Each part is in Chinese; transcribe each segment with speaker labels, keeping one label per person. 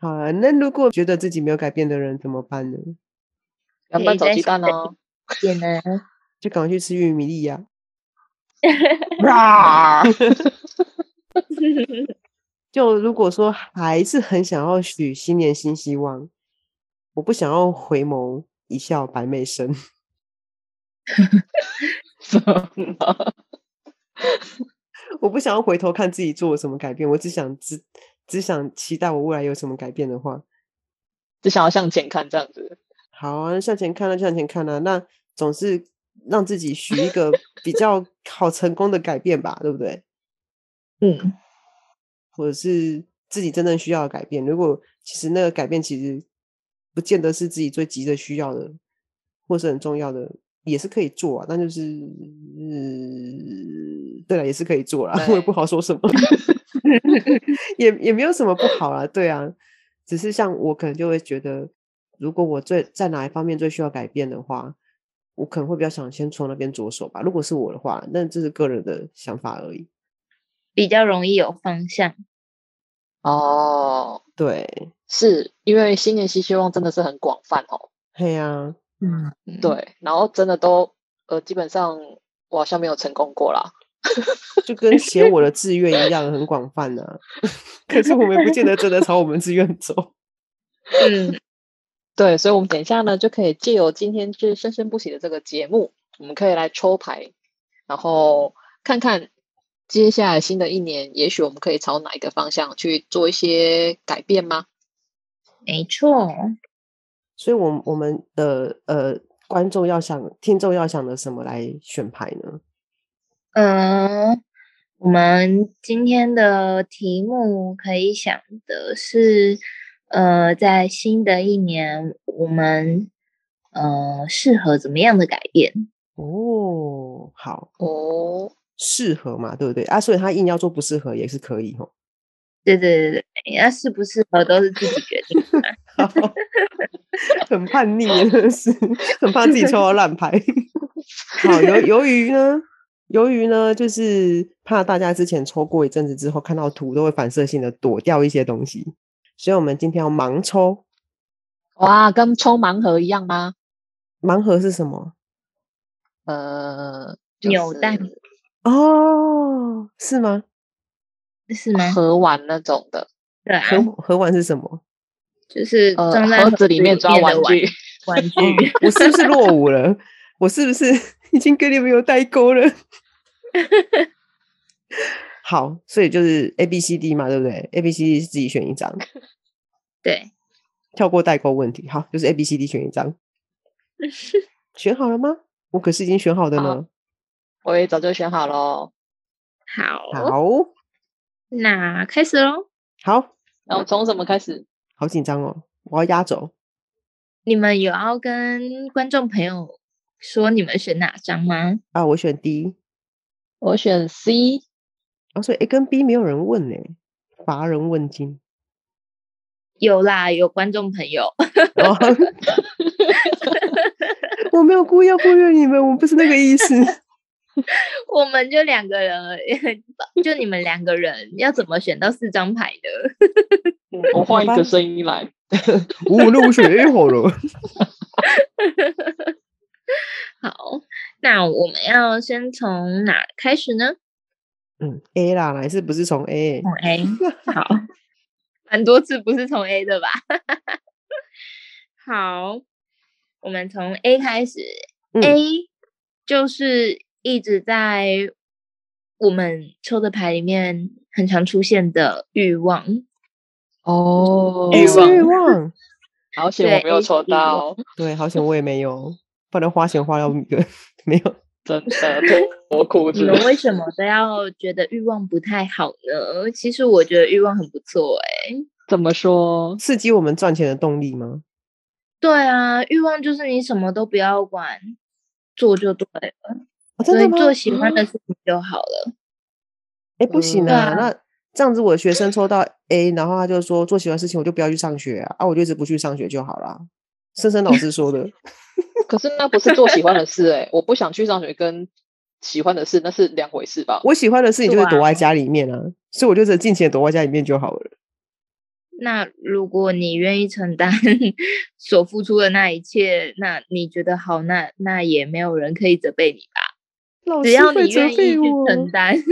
Speaker 1: 好了，那如果觉得自己没有改变的人怎么办呢？
Speaker 2: 凉拌炒鸡蛋呢、 啊？
Speaker 3: 点呢？
Speaker 1: 就赶快去吃玉米粒呀、就如果说还是很想要许新年新希望，我不想要回眸一笑百媚生，
Speaker 2: 什么？
Speaker 1: 我不想要回头看自己做了什么改变，我只想只只想期待我未来有什么改变的话，
Speaker 2: 只想要向前看这样子。
Speaker 1: 好啊，向前看啊，向前看啊，那总是让自己许一个比较好成功的改变吧，对不对？
Speaker 3: 嗯，
Speaker 1: 或者是自己真正需要的改变。如果其实那个改变其实不见得是自己最急着需要的，或是很重要的，也是可以做啊。但就是，呃对了，也是可以做啦。 我也不好说什么，也也没有什么不好啦。对啊，只是像我可能就会觉得，如果我最在哪一方面最需要改变的话，我可能会比较想先从那边着手吧。如果是我的话，那这是个人的想法而已。
Speaker 3: 比较容易有方向。
Speaker 2: 哦，
Speaker 1: 对，
Speaker 2: 是因为新年新希望真的是很广泛哦。
Speaker 1: 嘿呀、啊，
Speaker 3: 嗯，
Speaker 2: 对，然后真的都呃，基本上我好像没有成功过啦。
Speaker 1: 就跟写我的志愿一样，很广泛啊。可是我们也不见得真的朝我们志愿走。
Speaker 3: 嗯，
Speaker 2: 对，所以我们等一下呢，就可以借由今天是生生不息的这个节目，我们可以来抽牌，然后看看接下来新的一年，也许我们可以朝哪一个方向去做一些改变吗？
Speaker 3: 没错。
Speaker 1: 所以我，我们的呃观众要想，听众要想的什么来选牌呢？
Speaker 3: 嗯，我们今天的题目可以想的是，呃，在新的一年，我们呃适合怎么样的改变？
Speaker 1: 哦，好，
Speaker 2: 哦，
Speaker 1: 适合嘛，对不对啊？所以他硬要做不适合也是可以哦。
Speaker 3: 对对对对，那适不适合都是自己决定的嘛。
Speaker 1: 好很叛逆，真的是很怕自己抽到烂牌。 好，鱿鱿鱼呢？鱿鱼呢，就是怕大家之前抽过一阵子之后，看到图都会反射性的躲掉一些东西，所以我们今天要盲抽。
Speaker 2: 哇，跟抽盲盒一样吗？
Speaker 1: 盲盒是什么？
Speaker 2: 呃，
Speaker 3: 扭蛋
Speaker 1: 哦，是吗？
Speaker 3: 是吗？
Speaker 2: 盒玩那种的，
Speaker 3: 对啊，
Speaker 1: 盒盒玩是什么？
Speaker 3: 就是
Speaker 2: 呃
Speaker 3: 装在
Speaker 2: 盒子里面抓
Speaker 3: 玩
Speaker 2: 玩具，
Speaker 3: 玩 具。
Speaker 1: 我是不是落伍了？我是不是 已经跟你们有代沟了？好，所以就是 A B C D 嘛，对不对？A B C D 是自己选一张，
Speaker 3: 对，
Speaker 1: 跳过代沟问题。好，就是 A B C D 选一张，选好了吗？我可是已经选好的呢。
Speaker 2: 我也早就选好哦喽。
Speaker 3: 好，
Speaker 1: 好，
Speaker 3: 那开始喽。
Speaker 1: 好，
Speaker 2: 然后从什么开始？
Speaker 1: 好紧张哦！我要压轴。
Speaker 3: 你们有要跟观众朋友说你们选哪张吗？
Speaker 1: 啊，我选 D
Speaker 2: 我选 C，
Speaker 1: 啊，所以 A 跟 B 没有人问呢、乏人问津。
Speaker 3: 有啦，有观众朋友。
Speaker 1: 哦我没有故意要忽略你们，我不是那个意思。
Speaker 3: 我们就两个人 而已，就你们两个人要怎么选到四张牌的？
Speaker 2: 嗯我换一
Speaker 1: 好吧
Speaker 2: 个声音来。
Speaker 1: 我那我选 A 好了。
Speaker 3: 好，那我们要先从哪开始呢？
Speaker 1: 嗯，A 啦，还是不是从 A？
Speaker 3: 从 A，好， 蛮多次不是从 A 的吧？ 好，我们从 A 开始、
Speaker 1: 嗯
Speaker 3: a 就是一直在我们抽的牌里面很常出现的欲望，
Speaker 2: 哦
Speaker 1: 欸
Speaker 2: 欲
Speaker 1: 是欲
Speaker 2: 望，
Speaker 1: 望。
Speaker 2: 好险我
Speaker 3: 对
Speaker 2: 没有抽
Speaker 3: 欲望
Speaker 2: 到，
Speaker 1: 对，好险我也没有，不然花钱花到一个没有。
Speaker 2: 真的脱脱裤
Speaker 3: 你
Speaker 2: 子
Speaker 3: 们。 为什么都要觉得欲望不太好呢？其实我觉得欲望很不错哎、
Speaker 2: 怎么说？
Speaker 1: 刺激我们赚钱的动力吗？
Speaker 3: 对啊，欲望就是你什么都不要管，做就对了，
Speaker 1: 哦、真
Speaker 3: 所
Speaker 1: 的
Speaker 3: 以
Speaker 1: 吗？
Speaker 3: 做喜欢的事情就好了。
Speaker 1: 哎、不行
Speaker 2: 嗯
Speaker 3: 对
Speaker 1: 啊，
Speaker 3: 啊
Speaker 1: 那这样子我的学生抽到 A，然后他就说做喜欢的事情我就不要去上学啊，啊，我就一直不去上学就好啦。森森老师说的，
Speaker 2: 可是那不是做喜欢的事哎、我不想去上学跟喜欢的事那是两回事吧？
Speaker 1: 我喜欢的事情就是
Speaker 3: 对啊
Speaker 1: 躲在家里面啊，所以我就只尽情地躲在家里面就好了。
Speaker 3: 那如果你愿意承担 所付出的那一切，那你觉得好，那那也没有人可以责备你吧？
Speaker 1: 老
Speaker 3: 只
Speaker 1: 师
Speaker 3: 要
Speaker 1: 哦会
Speaker 3: 你
Speaker 1: 责
Speaker 3: 愿意
Speaker 1: 备
Speaker 3: 去
Speaker 1: 我，
Speaker 3: 承担。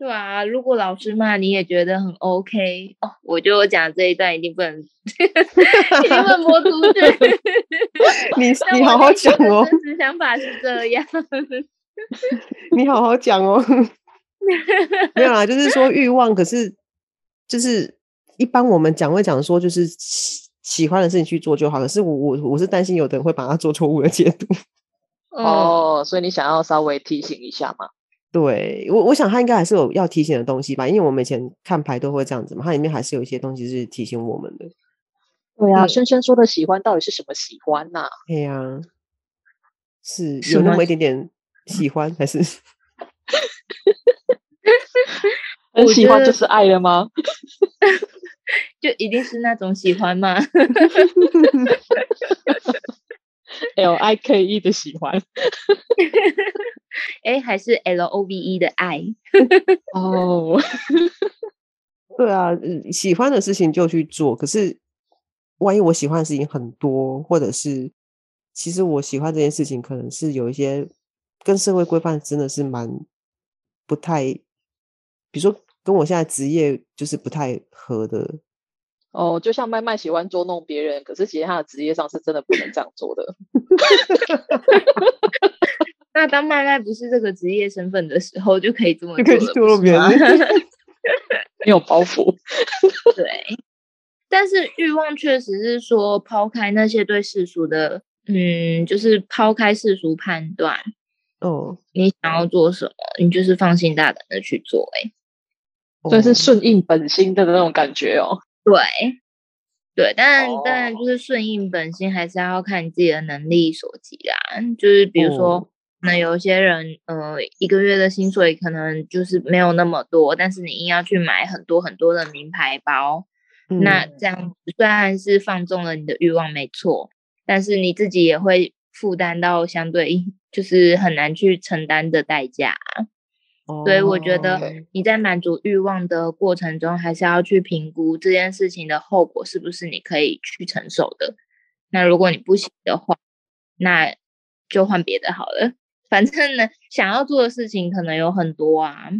Speaker 3: 对啊，如果老师骂你也觉得很 OK 哦，我觉得我讲这一段一定 不能，一定不能播出去。
Speaker 1: 你
Speaker 3: 但
Speaker 1: 你
Speaker 3: 我
Speaker 1: 好好
Speaker 3: 内心
Speaker 1: 讲
Speaker 3: 的
Speaker 1: 哦，
Speaker 3: 真实想法是这 样。
Speaker 1: 你好好讲哦。 没有啦，就是说欲望，可是就是一般我们讲会讲说，就是喜喜欢的事情去做就好。可是我我我是担心有的人会把它做错误的解读。
Speaker 3: 哦，
Speaker 2: 哦，所以你想要稍微提醒一下嘛？
Speaker 1: 对我，我想他应该还是有要提醒的东西吧，因为我们以前看牌都会这样子嘛，它里面还是有一些东西是提醒我们的。
Speaker 2: 对啊，
Speaker 3: 嗯
Speaker 2: 深深说的喜欢到底是什么喜欢呐、
Speaker 1: 哎呀、是
Speaker 3: 什
Speaker 1: 有那
Speaker 3: 么嗯
Speaker 1: 么一点点喜欢，还是
Speaker 2: 很
Speaker 3: 我
Speaker 2: 喜
Speaker 3: 觉
Speaker 2: 欢
Speaker 3: 得
Speaker 2: 就是爱了吗？
Speaker 3: 就一定是那种喜欢嘛？
Speaker 2: L I K E 的喜欢
Speaker 3: 哎，还是 L O V E 的爱？
Speaker 2: 哦，
Speaker 1: 对啊，嗯喜欢的事情就去做。可是，万一我喜欢的事情很多，或者是其实我喜欢这件事情，可能是有一些跟社会规范真的是蛮不太，比如说跟我现在职业就是不太合的。
Speaker 2: 哦，就像麦麦喜欢捉弄别人，可是其实他的职业上是真的不能这样做的。
Speaker 3: 那当麦麦不是这个职业身份的时候，就可以这么
Speaker 1: 就
Speaker 3: 做
Speaker 1: 可以去
Speaker 3: 了
Speaker 1: 做
Speaker 3: 不
Speaker 1: 别
Speaker 3: 是吗
Speaker 2: 没有包袱，
Speaker 3: 对，但是欲望确实是说抛开那些对世俗的，嗯，就是抛开世俗判断，
Speaker 1: 哦，
Speaker 3: 你想要做什么，你就是放心大胆的去做、欸。哎，
Speaker 2: 算
Speaker 1: 哦
Speaker 2: 是顺应本心的那种感觉哦。
Speaker 3: 对，对，但当然
Speaker 2: 哦
Speaker 3: 就是顺应本心，还是要看你自己的能力所及啦。就是比如
Speaker 1: 哦
Speaker 3: 说，可能有些人，呃，一个月的薪水可能就是没有那么多，但是你硬要去买很多很多的名牌包，那
Speaker 1: 嗯
Speaker 3: 这样子虽然是放纵了你的欲望，没错，但是你自己也会负担到相对应就是很难去承担的代价。所以我觉得
Speaker 1: 哦
Speaker 3: 你在满足欲望的过程中，还是要去评估这件事情的后果是不是你可以去承受的。那如果你不行的话，那就换别的好了。反正呢，想要做的事情可能有很多啊，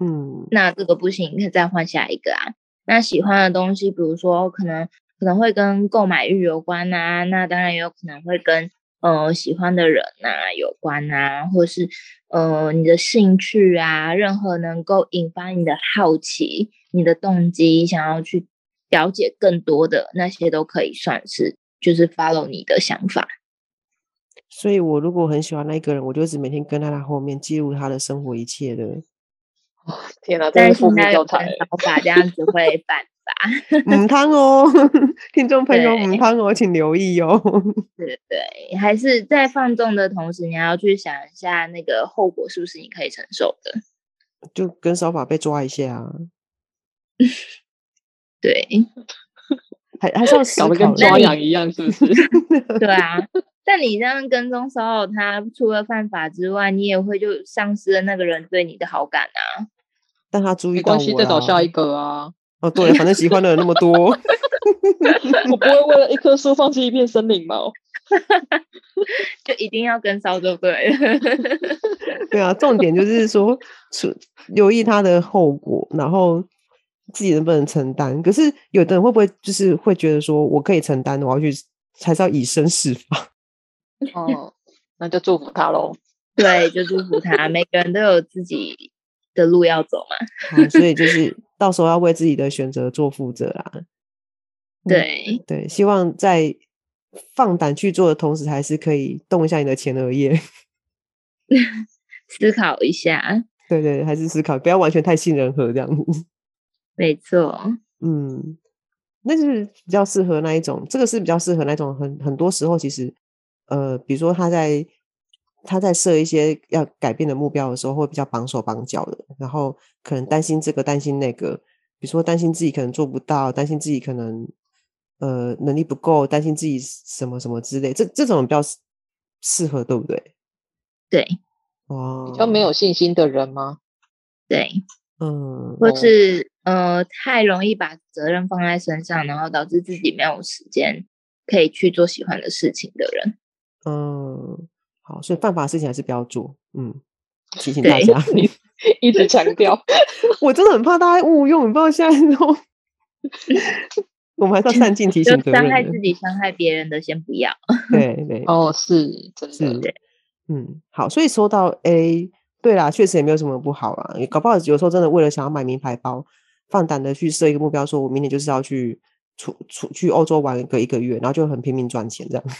Speaker 1: 嗯
Speaker 3: 那这个不行，可以再换下一个啊。那喜欢的东西，比如说可能可能会跟购买欲有关啊，那当然也有可能会跟呃喜欢的人啊有关啊，或是呃你的兴趣啊，任何能够引发你的好奇、你的动机，想要去了解更多的那些都可以算是就是 follow 你的想法。
Speaker 1: 所以我如果很喜欢那一个人，我就一直每天跟在他后面，记录他的生活一切 的。
Speaker 2: 天哪，真
Speaker 3: 但
Speaker 2: 是
Speaker 3: 是
Speaker 2: 负
Speaker 3: 现
Speaker 2: 面欸
Speaker 3: 在
Speaker 2: 教
Speaker 3: 有人
Speaker 2: 材。
Speaker 3: 搞法，这样子会犯法。
Speaker 1: 母汤哦， 听众朋友，
Speaker 3: 对
Speaker 1: 母汤哦，请留意哦。
Speaker 3: 对对，还是在放纵的同时，你还要去想一下那个后果是不是你可以承受的。
Speaker 1: 就跟扫把被抓一下啊，
Speaker 3: 对
Speaker 1: 还还是要思
Speaker 2: 搞得跟
Speaker 1: 考
Speaker 2: 抓
Speaker 1: 的。
Speaker 2: 痒一样，是 不是？
Speaker 3: 对啊，但你这样跟踪骚扰他，除了犯法之外，你也会就丧失了那个人对你的好感啊。
Speaker 1: 但他注意
Speaker 2: 没
Speaker 1: 到
Speaker 2: 关系，
Speaker 1: 我
Speaker 2: 再找下
Speaker 1: 啦。
Speaker 2: 一个啊！
Speaker 1: 哦，对，反正喜欢的人那么多，
Speaker 2: 我不会为了一棵树放弃一片 森林吧？
Speaker 3: 就一定要跟骚就对了。
Speaker 1: 对啊。重点就是说，除留意他的后果，然后自己能不能承担。可是有的人会不会就是会觉得说，我可以承担，我要去，还是要以身试法？
Speaker 2: 哦，那就祝福他喽。
Speaker 3: 对，就祝福他，每个人都有自己的路要走嘛。
Speaker 1: 好所以就是到时候要为自己的选择做负责啦。嗯
Speaker 3: 对，
Speaker 1: 对，希望在放胆去做的同时，还是可以动一下你的前额 叶。
Speaker 3: 思考一下，
Speaker 1: 对对，还是思考，不要完全太信任何这样子。
Speaker 3: 没错。
Speaker 1: 嗯，那就是比较适合那一种，这个是比较适合那种很很多时候其实，呃，比如说他在他在设一些要改变的目标的时候，会比较绑手绑脚的，然后可能担心这个担心那个，比如说担心自己可能做不到，担心自己可能呃能力不够，担心自己什么什么之类，这这种比较适适合，对不对？
Speaker 3: 对
Speaker 1: 哦，
Speaker 2: 比较没有信心的人 吗？
Speaker 3: 对，
Speaker 1: 嗯，
Speaker 3: 或
Speaker 2: 哦
Speaker 3: 是呃太容易把责任放在身上，然后导致自己没有时间可以去做喜欢的事情的人。
Speaker 1: 嗯，好，所以犯法的事情还是不要做。嗯，提醒
Speaker 3: 对
Speaker 1: 大 家，
Speaker 2: 你一直强 调，
Speaker 1: 我真的很怕大家误用，你不知道现在 都，我们还是要善尽提
Speaker 3: 就
Speaker 1: 醒责
Speaker 3: 伤害
Speaker 1: 任
Speaker 3: 自
Speaker 1: 的。
Speaker 3: 己、伤害别人的先不要。
Speaker 1: 对对，
Speaker 2: 哦，是真
Speaker 1: 是
Speaker 2: 的，，
Speaker 1: 嗯，好，所以说到 A，对啦，确实也没有什么不好啦，搞不好有时候真的为了想要买名牌包，放胆的去设一个目标，说我明年就是要去出出去欧洲玩个一个月，然后就很拼命赚钱这样，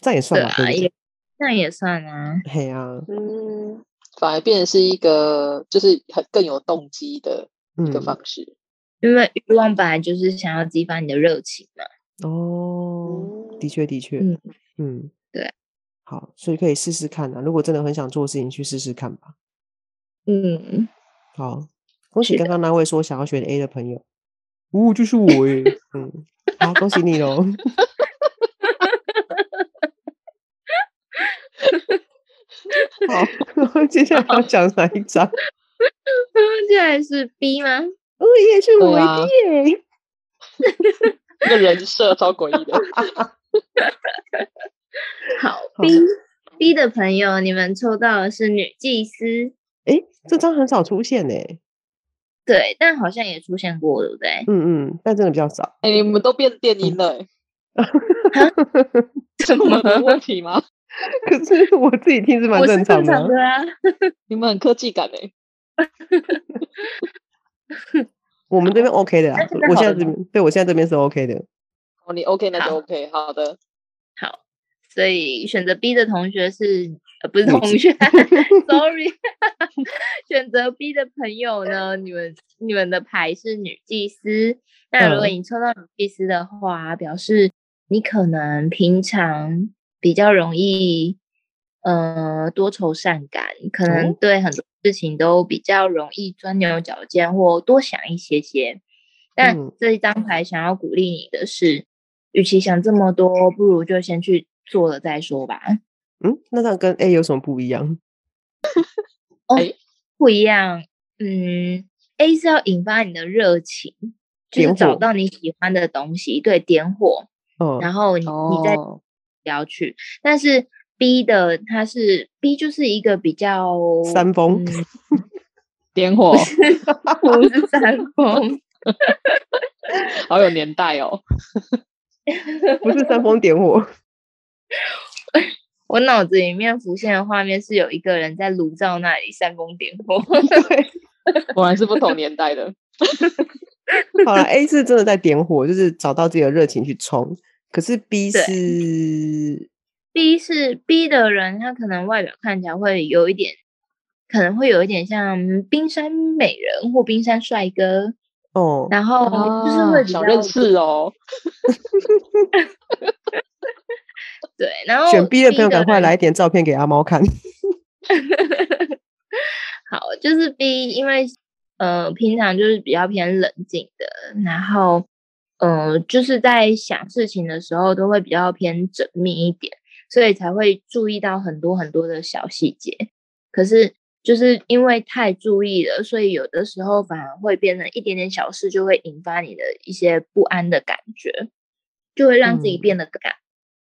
Speaker 1: 这样也算
Speaker 3: 对
Speaker 1: 吧，对
Speaker 3: 啊，
Speaker 1: 不对
Speaker 3: 也那也算啊。
Speaker 1: 嘿啊，
Speaker 2: 嗯，反而变成是一个就是很更有动机的一个
Speaker 1: 嗯，
Speaker 2: 方式。
Speaker 3: 因为欲望本来就是想要激发你的热情嘛。
Speaker 1: 嗯哦，的确的确，
Speaker 3: 嗯
Speaker 1: 嗯，
Speaker 3: 对，
Speaker 1: 好，所以可以试试看啊。如果真的很想做的事情，去试试看吧。
Speaker 3: 嗯，
Speaker 1: 好，恭喜
Speaker 3: 是
Speaker 1: 刚刚那位说想要选 A 的朋友， 哦，就是我耶， 嗯，好，恭喜你喽。 好， 然后接下来要讲哪一张？
Speaker 3: 这还是 B 吗？
Speaker 1: 哦，也是
Speaker 2: 对
Speaker 1: 我
Speaker 2: 啊
Speaker 1: 的耶。
Speaker 2: 这个人设超诡 异的，
Speaker 3: 好
Speaker 1: 好
Speaker 3: ，B B 的朋友，你们抽到的是女祭司，
Speaker 1: 哎，这张很少出现呢。
Speaker 3: 对，但好像也出现过，对不对？
Speaker 1: 嗯嗯，但真的比较少。
Speaker 2: 哎、你们都变电音了、欸，
Speaker 1: 可
Speaker 2: 是我们的问题吗？
Speaker 1: 是我自己听是蛮
Speaker 3: 我是
Speaker 1: 正
Speaker 3: 正
Speaker 1: 常的啊。
Speaker 3: 常的啊，
Speaker 2: 你们很科技感哎、
Speaker 1: 我们这边 OK 的啦
Speaker 3: 那
Speaker 1: 我
Speaker 3: 现在，好
Speaker 1: 现在
Speaker 3: 了
Speaker 1: 这
Speaker 3: 吗
Speaker 1: 边对我现在这边是 OK 的。
Speaker 2: 哦，你 OK 那就
Speaker 3: 好
Speaker 2: OK，好的，
Speaker 3: 好，所以选择 B 的同学是呃不是
Speaker 1: 女
Speaker 3: 同
Speaker 1: 祭
Speaker 3: 学，sorry，选择 B 的朋友呢，你们你们的牌是女祭司，那如果
Speaker 1: 嗯
Speaker 3: 你抽到女祭司的话，表示你可能平常比较容易。呃，多愁善感，可能
Speaker 1: 哦
Speaker 3: 对很多事情都比较容易钻牛角尖，或多想一些些。但
Speaker 1: 嗯
Speaker 3: 这一张牌想要鼓励你的是，与其想这么多，不如就先去做了再说吧。
Speaker 1: 嗯，那这样跟 A 有什么不一样？
Speaker 3: 不一样，嗯，A 是要引发你的热情，就是
Speaker 1: 点
Speaker 3: 找
Speaker 1: 火
Speaker 3: 到你喜欢的东西，对，点火，
Speaker 1: 哦，
Speaker 3: 然后你、你再
Speaker 2: 哦，
Speaker 3: 聊去。但是 B 的它是 B 就是一个比较
Speaker 1: 三峰
Speaker 3: 嗯
Speaker 2: 点 火，
Speaker 3: 不是山峰，
Speaker 2: 好有年代哦，
Speaker 1: 不是煽风点火，
Speaker 3: 我脑子里面浮现的画面是有一个人在炉灶那里煽风点火。
Speaker 2: 果然是不同年代的。
Speaker 1: 好了，A 是真的在点火，就是找到自己的热情去冲。可是 B
Speaker 3: 对
Speaker 1: 是
Speaker 3: B 是 B 的人，他可能外表看起来会有一点，可能会有一点像冰山美人或冰山帅哥，
Speaker 1: 哦，
Speaker 3: 然后就是会比较、
Speaker 2: 想啊认识哦，
Speaker 3: 对，然后
Speaker 1: 选 B 的朋友赶快
Speaker 3: 人
Speaker 1: 来一点照片给阿猫看。
Speaker 3: 好，就是 B，因为呃，平常就是比较偏冷静的，然后呃，就是在想事情的时候都会比较偏缜密一点，所以才会注意到很多很多的小细节。可是就是因为太注意了，所以有的时候反而会变成一点点小事就会引发你的一些不安的感觉，就会让自己变得更感。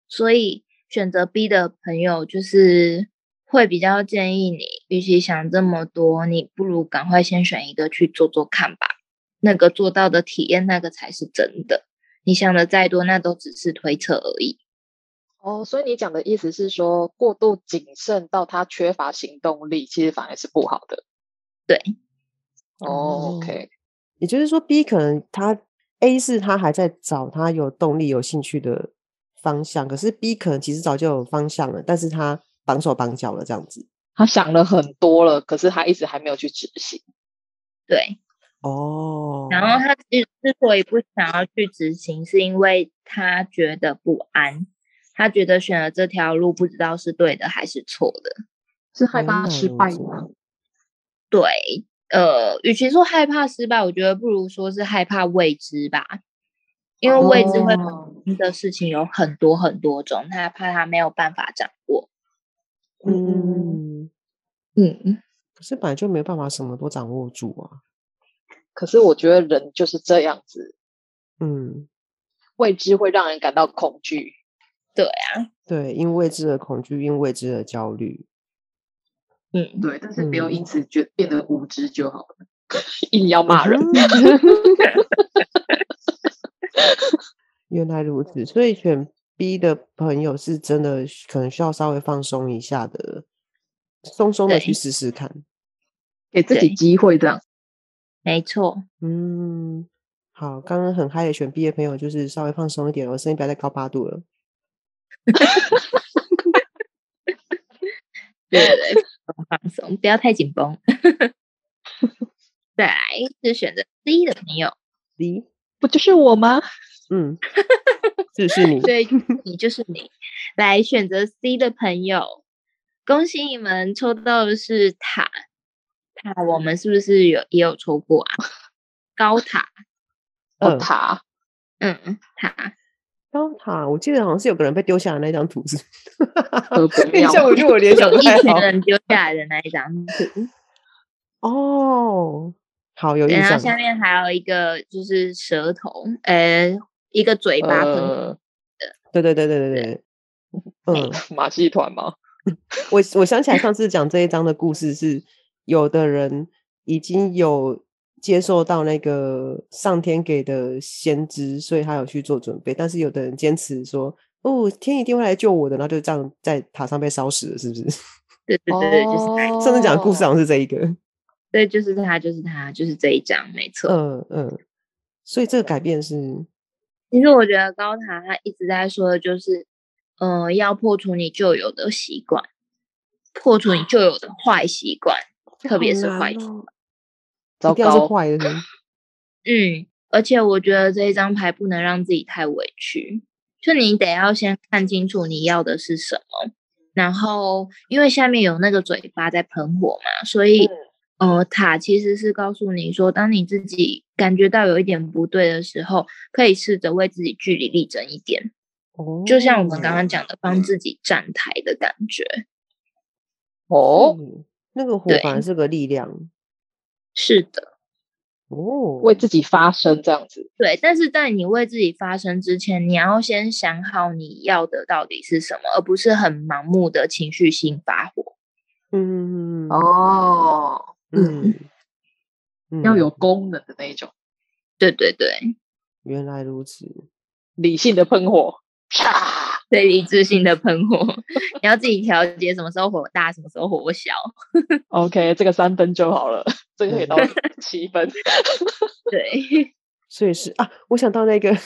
Speaker 3: 所以选择 B 的朋友就是会比较建议你，与其想这么多，你不如赶快先选一个去做做看吧。那个做到的体验，那个才是真的。你想的再多，那都只是推测而已。
Speaker 2: 哦，所以你讲的意思是说，过度谨慎到他缺乏行动力，其实反而是不好的。
Speaker 3: 对
Speaker 2: 哦，OK，
Speaker 1: 也就是说，B 可能他 A 是他还在找他有动力、有兴趣的方向，可是 B 可能其实早就有方向了，但是他绑手绑脚了这样子。
Speaker 2: 他想了很多了，可是他一直还没有去执行。
Speaker 3: 对，
Speaker 1: 哦，
Speaker 3: 然后他之之所以不想要去执行，是因为他觉得不安，他觉得选了这条路不知道是对的还是错的。
Speaker 2: 是害
Speaker 1: 原
Speaker 2: 怕
Speaker 1: 来
Speaker 2: 失
Speaker 1: 如
Speaker 2: 败
Speaker 1: 此
Speaker 2: 吗？
Speaker 3: 对，呃，与其说害怕失败，我觉得不如说是害怕未知吧，因为未知会发
Speaker 2: 哦
Speaker 3: 生的事情有很多很多种，他怕他没有办法掌握。
Speaker 2: 嗯，
Speaker 1: 嗯，
Speaker 3: 嗯，
Speaker 1: 可是本来就没办法什么都掌握住啊。
Speaker 2: 可是我觉得人就是这样子，
Speaker 1: 嗯，
Speaker 2: 未知会让人感到恐惧。
Speaker 1: 对，因未知的恐惧，因未知的焦虑。
Speaker 3: 嗯，
Speaker 2: 对，但
Speaker 1: 是不要因
Speaker 2: 此觉变得无知就好了， 硬要骂人。
Speaker 1: 嗯 原来如此，所以选 B 的朋友是真的可能需要稍微放松一下的，松松的去
Speaker 3: 对
Speaker 1: 试试看。
Speaker 2: 给自己
Speaker 3: 对
Speaker 2: 机会，这样
Speaker 3: 没错，
Speaker 1: 嗯，好，刚刚很嗨的选 B 的朋友，就是稍微放松一点哦，声音不要再高八度了。
Speaker 3: 对对对，放松，不要太紧绷。 再来是选择 C 的朋友，
Speaker 1: D，
Speaker 2: 不就是我吗？
Speaker 1: 嗯，是是 你，
Speaker 3: 对，你就是你。来选择 C 的朋友，恭喜你们抽到的是塔塔，我们是不是有也有抽过啊？高塔，
Speaker 2: 哦
Speaker 1: 嗯，
Speaker 2: 塔，
Speaker 3: 嗯，塔，
Speaker 1: 高塔，我记得好像是有个人被丢下的那张图是，
Speaker 2: 呃不
Speaker 1: 等一
Speaker 2: 要
Speaker 1: 下我觉得我联想
Speaker 3: 有
Speaker 1: 不
Speaker 3: 啊一
Speaker 1: 太
Speaker 3: 群
Speaker 1: 好。
Speaker 3: 人丢下来的那一张图，
Speaker 1: 哦，好有印
Speaker 3: 然后
Speaker 1: 象，
Speaker 3: 下面还有一个就是舌头，呃，一个嘴巴喷火，
Speaker 2: 呃，
Speaker 1: 对对对对对对，嗯。
Speaker 2: 马戏团吗？
Speaker 1: 我我想起来上次讲这一章的故事是，有的人已经有接受到那个上天给的先知，所以他有去做准备，但是有的人坚持说。哦，天一定会来救我的，然后就这样在塔上被烧死了，是不是？
Speaker 3: 对对对对，就是
Speaker 1: 上次讲的故
Speaker 3: 哦
Speaker 1: 事好像啊是这一个，
Speaker 3: 对，就是他，就是他，就是这一张，没错。
Speaker 1: 嗯嗯，所以这个改变是，
Speaker 3: 其实我觉得高塔他一直在说的就是，呃，要破除你旧有的习惯，破除你旧有的坏习惯，特别是坏习
Speaker 1: 的，
Speaker 3: 惯。
Speaker 1: 一
Speaker 2: 哦糟
Speaker 1: 定要是
Speaker 2: 糕，
Speaker 1: 坏的是吗，
Speaker 3: 嗯，而且我觉得这一张牌不能让自己太委屈，就你得要先看清楚你要的是什么。然后，因为下面有那个嘴巴在喷火嘛，所以，呃，塔其实是告诉你说，当你自己感觉到有一点不对的时候，可以试着为自己据理力争一点。
Speaker 1: 哦，
Speaker 3: 就像我们刚刚讲的，帮自己站台的感觉。
Speaker 2: 哦，
Speaker 1: 嗯，那个火
Speaker 3: 对
Speaker 1: 反而是个力量，
Speaker 3: 是的，
Speaker 1: 哦，
Speaker 2: 为自己发声这样子，
Speaker 3: 对。但是在你为自己发声之前，你要先想好你要的到底是什么，而不是很盲目的情绪性发火。
Speaker 1: 嗯，
Speaker 2: 哦，
Speaker 1: 嗯，嗯
Speaker 2: 要有功能的那一种，
Speaker 3: 对对对，
Speaker 1: 原来如此，
Speaker 2: 理性的喷火，啪，
Speaker 3: 对理智性的喷火， 你要自己调节什么时候火大，什么时候火小。
Speaker 2: OK，这个三分就好了，这个可以到 七分。
Speaker 3: 对，
Speaker 1: 所以是啊，我想到那个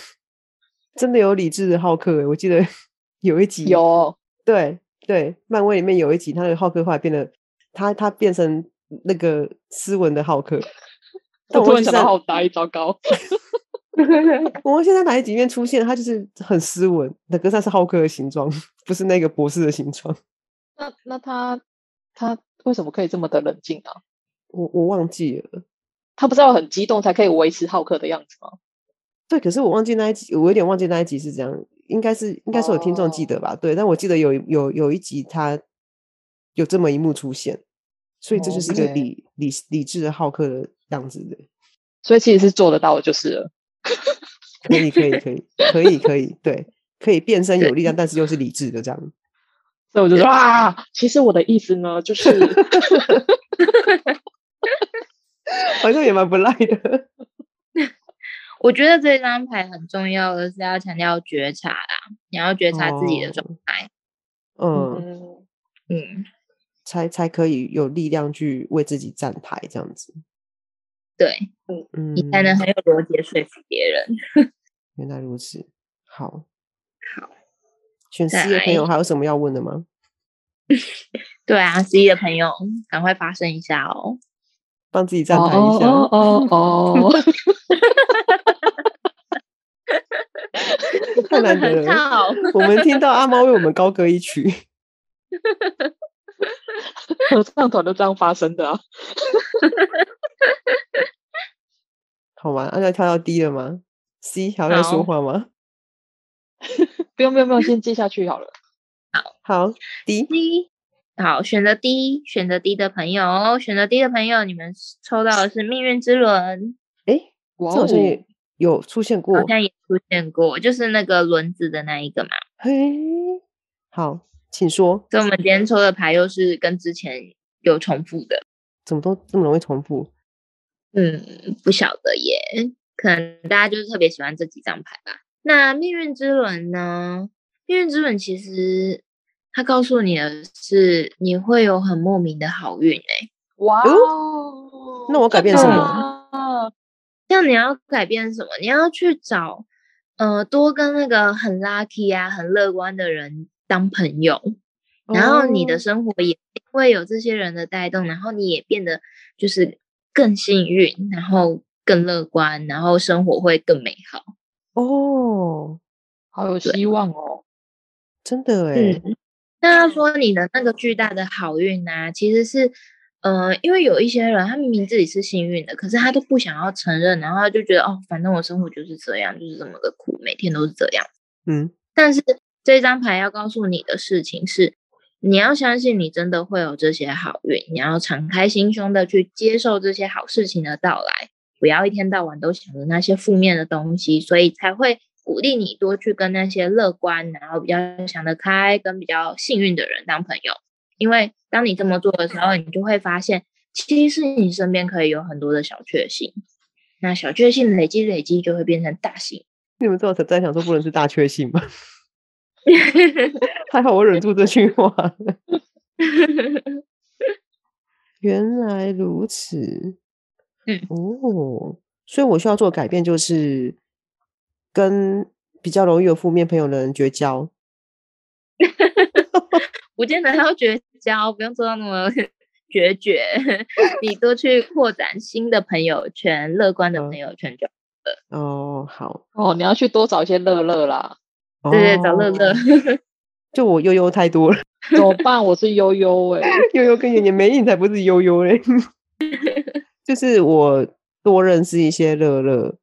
Speaker 1: 真的有理智的浩克欸，我记得 有一集，
Speaker 2: 有哦
Speaker 1: 对对，漫威里面有一集，他的浩克后来变得他他变成那个斯文的浩克，但
Speaker 2: 我
Speaker 1: 我
Speaker 2: 突
Speaker 1: 忘记
Speaker 2: 然想
Speaker 1: 在
Speaker 2: 到，好呆，糟糕！
Speaker 1: 我忘记在哪一集里面出现，他就是很斯文，那个但是浩克的形状， 不是那个博士的形状，
Speaker 2: 那那他他为什么可以这么的冷静啊？
Speaker 1: 我我忘记了。
Speaker 2: 他不是要很激动才可以维持浩克的样子吗？
Speaker 1: 对，可是我忘记那一集，我有点忘记那一集是怎样，应该是应该是有听众记
Speaker 2: 哦
Speaker 1: 得吧？对，但我记得有一有有一集他有这么一幕出现，所以这就是一个
Speaker 2: OK
Speaker 1: 理理理智的好客的样子的，
Speaker 2: 所以其实是做得到的，就是了。
Speaker 1: 可以可以可以可以可以，对，可以变身有
Speaker 3: 对
Speaker 1: 力量，但是又是理智的这样。
Speaker 2: 所以我就说啊，其实我的意思呢，就是
Speaker 1: 好像也蛮不赖的。
Speaker 3: 我觉得这张牌很重要的是要强调觉察啦，你要觉察自己的状态。
Speaker 1: 嗯，
Speaker 2: 嗯，
Speaker 3: 嗯，
Speaker 1: 才才可以有力量去为自己站台这样子。
Speaker 3: 对，
Speaker 1: 嗯，
Speaker 3: 你才能很有逻辑地说服别人。
Speaker 1: 原来如此。好，
Speaker 3: 好，
Speaker 1: 选
Speaker 3: 再
Speaker 1: C 的朋友
Speaker 3: 来
Speaker 1: 还有什么要问的吗？
Speaker 3: 对啊，C 的朋友，赶快发声一下哦。
Speaker 1: 帮自己站台一下。
Speaker 2: 哦哦哦哦，
Speaker 1: 太难得
Speaker 3: 很
Speaker 1: 了。
Speaker 3: 吵，
Speaker 1: 我们听到阿猫为我 们高歌一曲，
Speaker 2: 合唱哦团都这样发生的啊。
Speaker 1: 好吗？按照跳到 D 了吗？C 还要再说
Speaker 3: 好
Speaker 1: 话吗？
Speaker 2: 不用不用不用，先记下去好了。
Speaker 1: 好，D
Speaker 3: D，好，选择 D，选择 D 的朋友，哦选择 D 的朋友，你们抽到的是命运之轮，
Speaker 1: 哎、诶
Speaker 2: 哇
Speaker 1: 这好像也有出现过
Speaker 3: 哦好，像也出现过，就是那个轮子的那一个嘛。
Speaker 1: 嘿，好，请说，
Speaker 3: 所以我们今天抽的牌又是跟之前有重复的，
Speaker 1: 怎么都这么容易重复？
Speaker 3: 嗯，不晓得耶，可能大家就是特别喜欢这几张牌吧。那命运之轮呢？命运之轮其实它告诉你的是，你会有很莫名的好运诶、
Speaker 2: 哇哦！
Speaker 1: 那我改变
Speaker 3: 什么
Speaker 2: 么？
Speaker 3: 像你要改变什么？你要去找，呃，多跟那个很 lucky 啊、很乐观的人当朋友，然后你的
Speaker 1: 哦
Speaker 3: 生活也因为有这些人的带动，然后你也变得就是更幸运，然后更乐观，然后生活会更美好。
Speaker 1: 哦，
Speaker 2: 好有
Speaker 3: 对
Speaker 2: 希望哦。
Speaker 1: 真的哎、
Speaker 3: 嗯，那他说你的那个巨大的好运呢、其实是，呃，因为有一些人他明明自己是幸运的，可是他都不想要承认，然后他就觉得哦，反正我生活就是这样，就是这么的苦，每天都是这样。
Speaker 1: 嗯，
Speaker 3: 但是这张牌要告诉你的事情是，你要相信你真的会有这些好运，你要敞开心胸的去接受这些好事情的到来，不要一天到晚都想着那些负面的东西，所以才会鼓励你多去跟那些乐观，然后比较想得开，跟比较幸运的人当朋友。因为当你这么做的时候，你就会发现，其实你身边可以有很多的小确幸，那小确幸累积累积就会变成大幸
Speaker 1: 你们最好才在想说不能是大缺性吧？ 还好我忍住这句话 了。
Speaker 3: 运。
Speaker 1: 原来如此，
Speaker 3: 嗯，
Speaker 1: 哦，所以我需要做的改变就是跟比较容易有负面朋友的人绝交。
Speaker 3: 不见得要绝交，不用做到那么 决绝。 你多去扩展新的朋友圈，乐观的
Speaker 1: 嗯
Speaker 3: 朋友圈就
Speaker 1: 哦，好，
Speaker 2: 哦，你要去多找一些乐乐啦。
Speaker 1: 哦、
Speaker 3: 对对，找乐乐。
Speaker 1: 就我悠悠太多了，
Speaker 2: 怎么办？我是悠悠 哎、
Speaker 1: 悠悠跟妍妍没你才不是悠悠嘞，就是我多认识一些乐乐，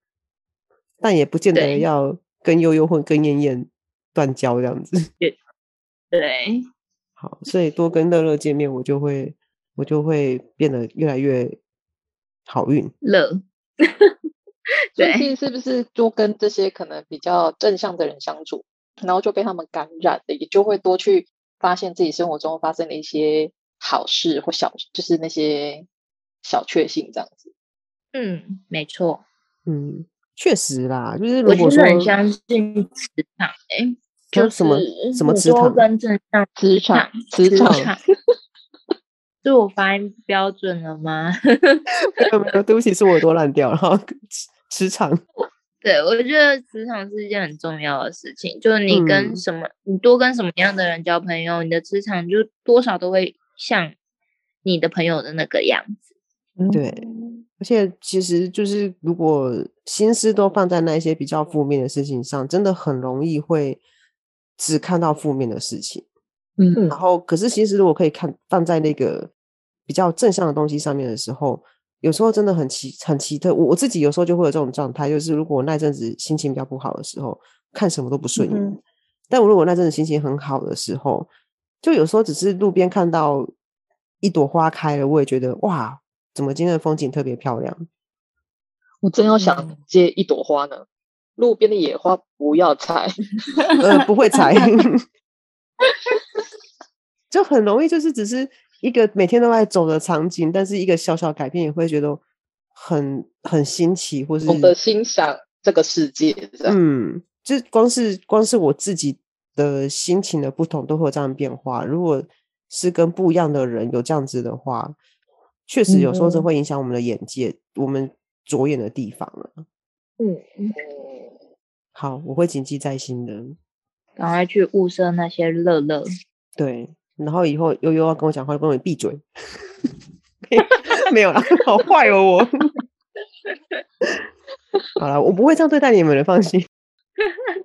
Speaker 1: 但也不见得
Speaker 3: 对
Speaker 1: 要跟悠悠或跟燕燕断交这样子。
Speaker 3: 对，
Speaker 1: 好，所以多跟乐乐见面，我就会我就会变得越来越好运。
Speaker 3: 乐，
Speaker 2: 最
Speaker 3: 对
Speaker 2: 近是不是多跟这些可能比较正向的人相处，然后就被他们感染了，也就会多去发现自己生活中发生的一些好事或小，就是那些小确幸这样子。
Speaker 3: 嗯，没错。
Speaker 1: 嗯，确实啦，就是如
Speaker 3: 我
Speaker 1: 果
Speaker 3: 真
Speaker 1: 说
Speaker 3: 的很相信磁场、欸，
Speaker 1: 像
Speaker 3: 就是
Speaker 1: 什么什么
Speaker 3: 你
Speaker 1: 磁
Speaker 3: 多
Speaker 1: 场，
Speaker 3: 跟正向
Speaker 2: 职场，职
Speaker 3: 磁
Speaker 2: 场，
Speaker 3: 场。 是我发音标准了吗？
Speaker 1: 没有没有，对不起，是我多烂掉了，然 后磁磁场，
Speaker 3: 对，我觉得职场是一件很重要的事情，就是你
Speaker 1: 嗯
Speaker 3: 跟什么，你多跟什么样的人交朋友，你的职场就多少都会像你的朋友的那个样子。
Speaker 1: 对
Speaker 2: 嗯
Speaker 1: 而且其实就是，如果心思都放在那一些比较负面的事情上，真的很容易会只看到负面的事情。
Speaker 2: 嗯
Speaker 1: 然后，可是其实如果可以看放在那个比较正向的东西上面的时候，有时候真的很奇很奇特。我我自己有时候就会有这种状态，就是如果我那阵子心情比较不好的时候，看什么都不顺眼。
Speaker 2: 嗯
Speaker 1: 但我如果那阵子心情很好的时候，就有时候只是路边看到一朵花开了，我也觉得哇，怎么今天的风景特别漂亮。
Speaker 2: 我真要
Speaker 3: 嗯
Speaker 2: 想接一朵花呢，路边的野花不要采。
Speaker 1: 呃，不会踩， 就很容易就是只是一个每天都在走的场景，但是一个小小改变也会觉得很很新奇，或是
Speaker 2: 懂得欣赏这个世界，这样、
Speaker 1: 嗯，就光是光是我自己的心情的不同都会有这样的变化。如果是跟不一样的人有这样子的话，确实有时候是
Speaker 3: 嗯
Speaker 1: 会影响我们的眼界，我们着眼的地方了。
Speaker 3: 嗯，
Speaker 2: 嗯
Speaker 1: 好，我会谨记在心的。
Speaker 3: 赶快去物色那些乐乐。
Speaker 1: 对，然后以后悠悠要跟我讲话，就跟我闭嘴。 没有啦，好坏哦我。好了，我不会这样对待你们的，放心。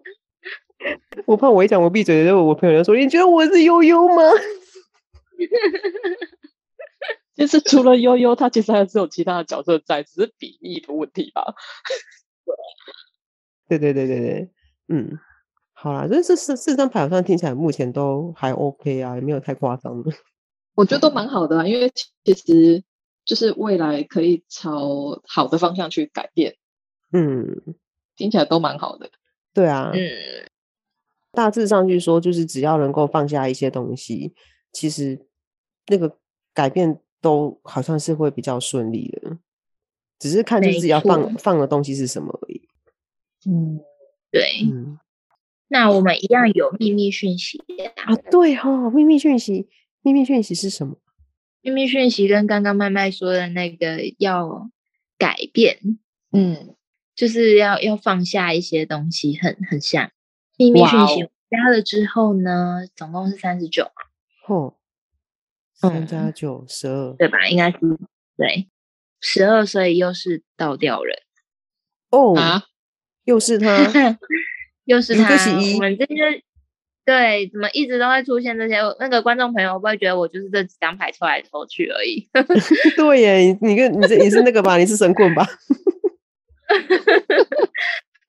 Speaker 1: 我怕我一讲我闭嘴的时候，我朋友就说：“你觉得我是悠悠吗
Speaker 2: 就是除了悠悠，他其实还是有其他的角色在，只是比例的问题吧。？”
Speaker 1: 对对对对对，嗯，好啦，这是四四张牌好像听起来目前都还 OK 啊，也没有太夸张的。
Speaker 2: 我觉得都蛮好的、啊，因为其实就是未来可以朝好的方向去改变，
Speaker 1: 嗯，
Speaker 2: 听起来都蛮好的。
Speaker 1: 对啊，
Speaker 3: 嗯，
Speaker 1: 大致上去说，就是只要能够放下一些东西，其实那个改变都好像是会比较顺利的，只是看就
Speaker 3: 没
Speaker 1: 是自己要
Speaker 3: 错
Speaker 1: 放放的东西是什么而已。
Speaker 2: 嗯，
Speaker 3: 对。
Speaker 1: 嗯
Speaker 3: 那我们一样有秘密讯息呀、
Speaker 1: 啊，对哈、哦，秘密讯息，秘密讯息是什么？
Speaker 3: 秘密讯息跟刚刚麦麦说的那个要改变，
Speaker 2: 嗯，
Speaker 3: 就是要要放下一些东西很，很像。秘密讯息
Speaker 2: 哇
Speaker 3: 加了之后呢，总共是三十九，
Speaker 1: 哦，三加
Speaker 3: 嗯
Speaker 1: 九十二
Speaker 3: 对吧？应该是对，十二岁又是倒吊人，
Speaker 1: 哦，
Speaker 2: 啊，
Speaker 1: 又是他
Speaker 3: 又是
Speaker 1: 嗯
Speaker 3: 他
Speaker 1: 这是。一
Speaker 3: 我们这些对，怎么一直都会出现这些？那个观众朋友会不会觉得我就是这几张牌抽来抽去而已？
Speaker 1: 对耶，你跟你这你是那个吧？你是神棍吧？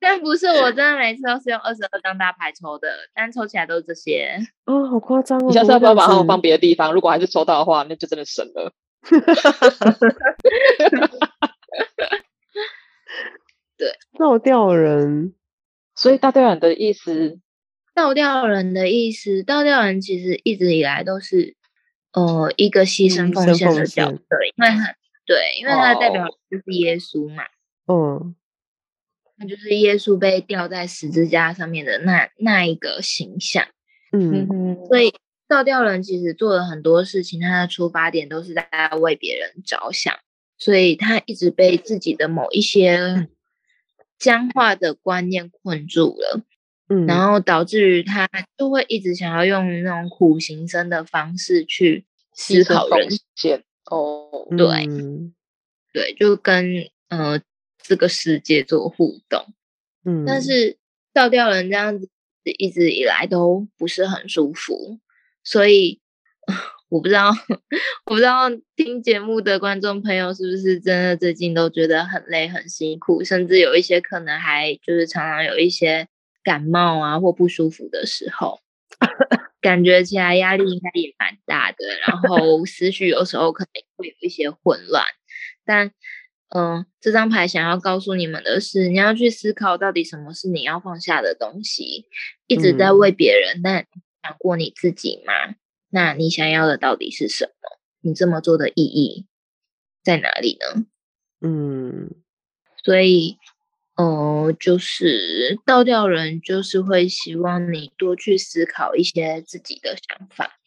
Speaker 3: 但不是，我真的每次都是用二十二张大牌抽的，但抽起来都是这些。
Speaker 1: 啊、好夸 张哦！
Speaker 2: 你下次
Speaker 1: 怎么会
Speaker 2: 要
Speaker 1: 这
Speaker 2: 不要把
Speaker 1: 样
Speaker 2: 它
Speaker 1: 子
Speaker 2: 们放别的地方？如果还是抽到的话，那就真的神了。
Speaker 1: 倒吊人？
Speaker 2: 所以大队长的意思，
Speaker 3: 倒吊人的意思，倒吊人其实一直以来都是呃一个牺
Speaker 1: 嗯
Speaker 3: 牲
Speaker 1: 牺
Speaker 3: 奉
Speaker 1: 牲
Speaker 3: 献
Speaker 1: 奉
Speaker 3: 的角
Speaker 1: 献
Speaker 3: 色，因为他对，因为他的代表
Speaker 2: 哦
Speaker 3: 就是耶稣嘛，
Speaker 1: 嗯，
Speaker 3: 他就是耶稣被吊在十字架上面的那那一个形象，
Speaker 1: 嗯
Speaker 2: 哼，
Speaker 3: 所以倒吊人其实做了很多事情，他的出发点都是在为别人着想，所以他一直被自己的某一些僵化的观念困住了。
Speaker 1: 嗯，
Speaker 3: 然后导致于他就会一直想要用那种苦行僧的方式去思
Speaker 2: 牺
Speaker 3: 考
Speaker 2: 牲
Speaker 3: 人
Speaker 2: 奉，献哦，
Speaker 1: 嗯
Speaker 3: 对对，就跟呃这个世界做互动。
Speaker 1: 嗯，
Speaker 3: 但是倒吊人这样子一直以来都不是很舒服，所以 我不知道， 我不知道听节目的观众朋友是不是真的最近都觉得很累很辛苦，甚至有一些可能还就是常常有一些感冒啊或不舒服的时候。感觉起来压力应该也蛮大的，然后思绪有时候可能会有一些混乱。但，嗯、这张牌想要告诉你们的是，你要去思考到底什么是你要放下的东西，一直在
Speaker 1: 嗯
Speaker 3: 为别人，但想过你自己吗？那你想要的到底是什么？你这么做的意义在哪里呢？
Speaker 1: 嗯
Speaker 3: 所以，呃，就是倒吊人就是会希望你多去思考一些自己的想法。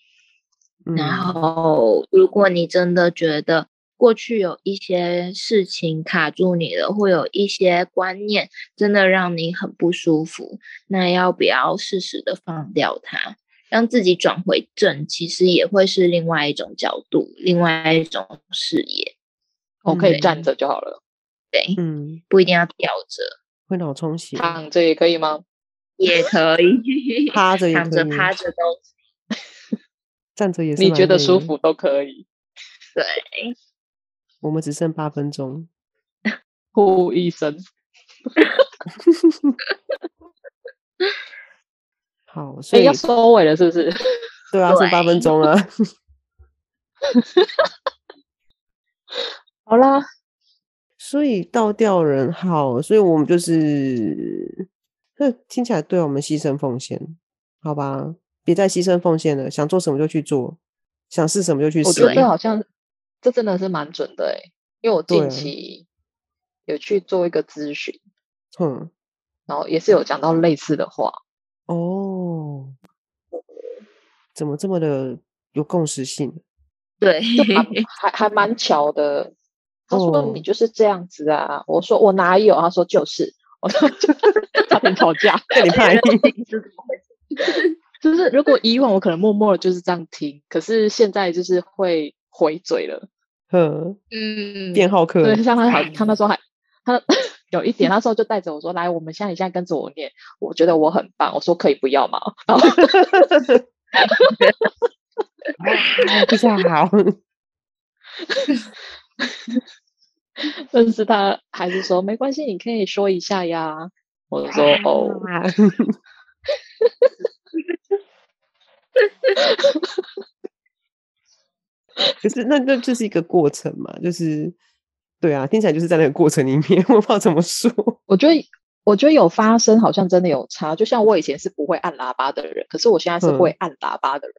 Speaker 1: 嗯，
Speaker 3: 然后，如果你真的觉得过去有一些事情卡住你了，或有一些观念真的让你很不舒服，那要不要适时的放掉它，让自己转回正，其实也会是另外一种角度，另外一种视野。
Speaker 2: 我可以
Speaker 3: 嗯
Speaker 2: 站着就好了，
Speaker 3: 对，
Speaker 1: 嗯，
Speaker 3: 不一定要吊着，
Speaker 1: 会脑充血，
Speaker 2: 躺着也可以吗？
Speaker 3: 也可以
Speaker 1: 趴着也
Speaker 3: 躺
Speaker 1: 可
Speaker 3: 着、
Speaker 1: 以，
Speaker 3: 趴着都
Speaker 1: 站着也是
Speaker 2: 你
Speaker 1: 蛮
Speaker 2: 觉得
Speaker 1: 累的
Speaker 2: 舒服都可以。
Speaker 3: 对。
Speaker 1: 我们只剩八分钟，
Speaker 2: 呼一声，
Speaker 1: 好，
Speaker 3: 哎
Speaker 1: 所
Speaker 2: 所以
Speaker 1: 以
Speaker 2: 要收尾了，是不是？
Speaker 1: 对啊，剩八分
Speaker 3: 对
Speaker 1: 钟了。
Speaker 2: 好啦，
Speaker 1: 所以倒吊人好，所以我们就是，这听起来对我们牺牲奉献，好吧？别再牺牲奉献了，想做什么就去做，想试什么就去
Speaker 2: 我
Speaker 1: 试
Speaker 2: 觉。得
Speaker 3: 哦对
Speaker 2: 这好像这真的是蛮准的诶、因为我
Speaker 1: 对
Speaker 2: 近期有去做一个咨询，
Speaker 1: 嗯，
Speaker 2: 然后也是有讲到类似的话，
Speaker 1: 哦，怎么这么的有共识性？
Speaker 3: 对，
Speaker 2: 就蛮 还还蛮巧的。他说
Speaker 1: 哦
Speaker 2: 你就是这样子啊，我说我哪有，他说就是，我说 差点吵架。
Speaker 1: 那你怕
Speaker 3: 是怎么回事？
Speaker 2: 就是如果以往我可能默默的就是这样听，可是现在就是会回嘴了，
Speaker 1: 呵，
Speaker 3: 嗯，
Speaker 1: 变好客，
Speaker 2: 对，像他好，他那时候还他有一点，那时候就带着我说：“来，我们现在你现在跟着我念，我觉得我很棒。”我说：“可以不要嘛。” 然后
Speaker 1: 比较好。
Speaker 2: 但是他还是说：“没关系，你可以说一下呀。”我说：“
Speaker 1: 啊
Speaker 2: 哦，
Speaker 1: 哇 可是那那就是一个过程嘛，就是对啊，听起来就是在那个过程里面， 我不知道怎么说。
Speaker 2: 我觉得，我觉得有发生，好像真的有差。就像我以前是不会按喇叭的人，可是我现在是
Speaker 1: 嗯
Speaker 2: 会按喇叭的人。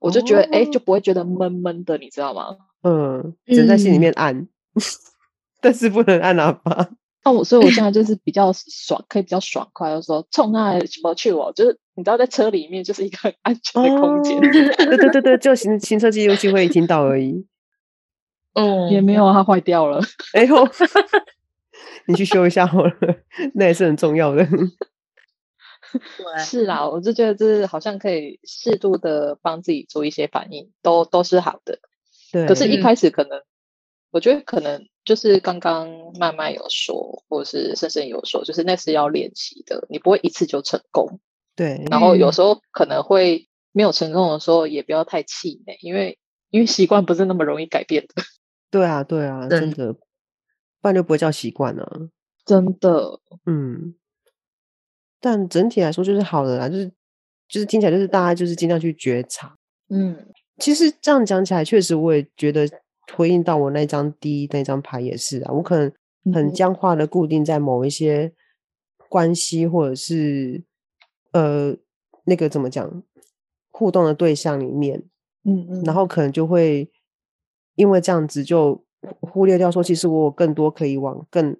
Speaker 2: 我就觉得，哎、
Speaker 1: 哦
Speaker 2: 就不会觉得闷闷的，你知道吗？
Speaker 1: 嗯，只能在心里
Speaker 3: 嗯
Speaker 1: 面按， 但是不能按喇 叭。
Speaker 2: 那我所以我现在就是比较爽，可以比较爽快，就说冲啊什么去我，就是你知道在车里面就是一个很安全的空间，
Speaker 1: 哦对对对对，就行行车记录器会听到而已。
Speaker 3: 嗯，
Speaker 2: 也没有啊它坏掉了。
Speaker 1: 哎呦， 你去修一下好了， 那也是很重要的。
Speaker 3: 对
Speaker 2: 是啦，我就觉得这好像可以适度的帮自己做一些反应，都都是好的。
Speaker 1: 对，
Speaker 2: 可是，一
Speaker 3: 嗯
Speaker 2: 开始可能，我觉得可能就是刚刚慢慢有说，或是深深有说，就是那是要练习的，你不会一次就成功。
Speaker 1: 对，
Speaker 2: 然后有
Speaker 3: 嗯
Speaker 2: 时候可能会没有成功的时候，也不要太气馁，因为因为习惯不是那么容易改变的。
Speaker 1: 对啊，对啊，真
Speaker 3: 真
Speaker 1: 的，不然就不会叫习惯了。
Speaker 2: 真的，
Speaker 1: 嗯，但整体来说就是好的啦，就是就是听起来就是大家就是尽量去觉察。
Speaker 2: 嗯
Speaker 1: 其实这样讲起来，确实我也觉得回应到我那张第一那张牌也是啊，我可能很
Speaker 2: 嗯
Speaker 1: 僵化的固定在某一些关系或者是呃那个怎么讲互动的对象里面，
Speaker 2: 嗯嗯，
Speaker 1: 然后可能就会因为这样子就忽忽略掉说，其实我有更多可以往更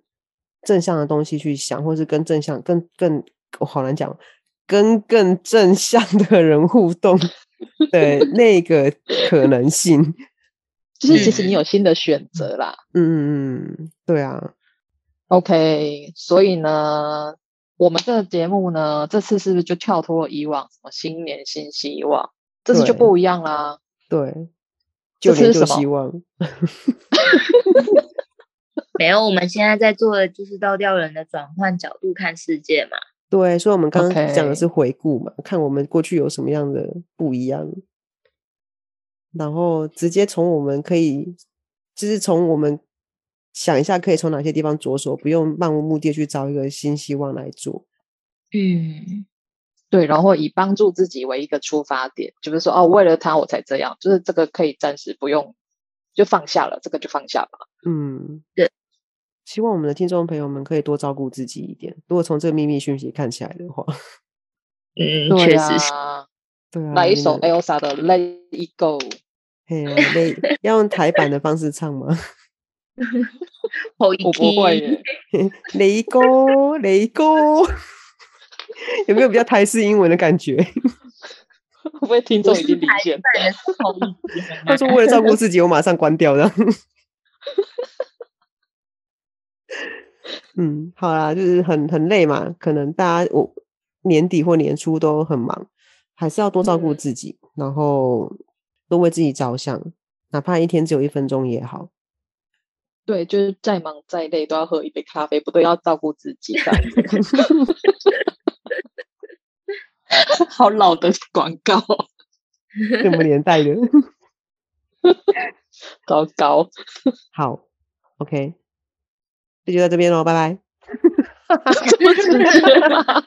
Speaker 1: 正向的东西去想，或是跟正向、更更我好难讲，跟更正向的人互动的那个可能性。
Speaker 2: 就是其实你
Speaker 3: 嗯
Speaker 2: 有新的选择啦。
Speaker 1: 嗯嗯嗯，对啊，
Speaker 2: OK，所以呢，我们这个节目呢，这次是不是就跳脱了以往什么新年新希望，这次就
Speaker 1: 对
Speaker 2: 不一样啦。
Speaker 1: 对，
Speaker 2: 这
Speaker 1: 就
Speaker 2: 次
Speaker 1: 连
Speaker 2: 是
Speaker 1: 就
Speaker 2: 什么
Speaker 1: 希望。
Speaker 3: 没有，我们现在在做的就是倒吊人的转换角度看世界嘛。
Speaker 1: 对，所以我们刚刚讲的
Speaker 2: OK
Speaker 1: 是回顾嘛看我们过去有什么样的不一样，然后直接从我们可以，就是从我们想一下可以从哪些地方着手，不用漫无目的地去找一个新希望来做。
Speaker 3: 嗯，
Speaker 2: 对，然后以帮助自己为一个出发点，就是说哦，为了他我才这样，就是这个可以暂时不用，就放下了，这个就放下吧。
Speaker 1: 嗯，
Speaker 3: 对。
Speaker 1: 希望我们的听众朋友们可以多照顾自己一点。如果从这个秘密讯息看起来的话，
Speaker 3: 嗯，
Speaker 2: 对
Speaker 3: 确
Speaker 2: 呀、
Speaker 3: 实是。嗯
Speaker 1: 对啊，
Speaker 2: 来一
Speaker 1: 你
Speaker 2: 首
Speaker 1: 们
Speaker 2: Elsa 的《Let It Go》。
Speaker 1: 嘿啊，累要用台版的方式唱吗？
Speaker 3: 后一
Speaker 2: 我不会
Speaker 3: 期
Speaker 2: 耶，
Speaker 1: 雷哥，雷哥，有没有比较台式英文的感觉？
Speaker 2: 会不会听众已经离线？
Speaker 3: 本人是后一期， 很
Speaker 1: 他
Speaker 3: 难
Speaker 1: 说为了照顾自己，我马上关掉的。嗯，好啦，就是很很累嘛，可能大家我年底或年初都很忙，还是要多照顾
Speaker 3: 嗯
Speaker 1: 自己，然后多为自己着想，哪怕一天只有一分钟也好。
Speaker 2: 对，就是再忙再累都要喝一杯咖啡，不对，要照顾自己。这样子 好老的广告，
Speaker 1: 什么年代的？
Speaker 2: 糟糕。
Speaker 1: 好，OK，这就到这边喽，拜拜。
Speaker 2: 这么直接吗？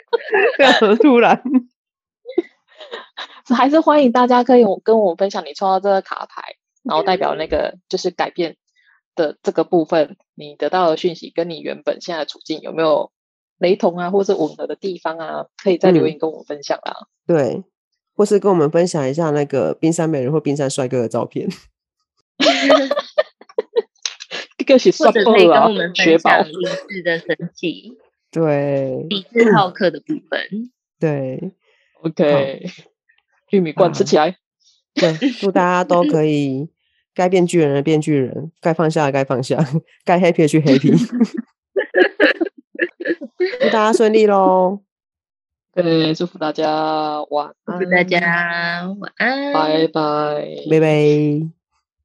Speaker 1: 非常突然，
Speaker 2: 还是欢迎大家可以我跟我分享你抽到这个卡牌，然后代表那个就是改变的这个部分，你得到的讯息跟你原本现在的处境有没有雷同啊，或是吻合的地方啊，可以在留
Speaker 1: 嗯
Speaker 2: 言跟我分享啦。
Speaker 1: 对，或是跟我们分享一下那个冰山美人或冰山帅哥的照片。
Speaker 2: 这个是
Speaker 3: 或
Speaker 2: 算
Speaker 3: 者
Speaker 2: 爆
Speaker 3: 可以跟
Speaker 2: 了
Speaker 3: 我们
Speaker 2: 学
Speaker 3: 分
Speaker 2: 宝
Speaker 3: 享。理智的神奇、
Speaker 1: 对
Speaker 3: 理
Speaker 2: 嗯
Speaker 3: 智好客的部分。
Speaker 1: 对
Speaker 2: OK，玉米罐吃
Speaker 1: 好
Speaker 2: 起来。
Speaker 1: 对，祝大家都可以该变巨人的变巨人，该放下的该放下，该 happy 的去 happy。祝大家顺利喽，
Speaker 2: 对，祝福大家晚
Speaker 3: 祝
Speaker 2: 安，
Speaker 3: 大，家晚安，
Speaker 2: 嗯拜拜，
Speaker 1: 拜拜。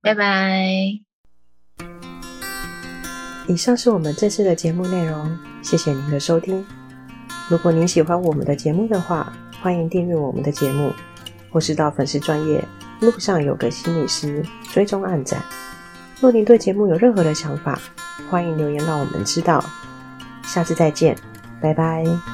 Speaker 3: 拜拜。
Speaker 1: 以上是我们这次的节目内容，谢谢您的收听。如果您喜欢我们的节目的话，欢迎订阅我们的节目，或是到粉丝专业路上有个心理师追踪暗赞。若您对节目有任何的想法，欢迎留言让我们知道。下次再见，拜拜。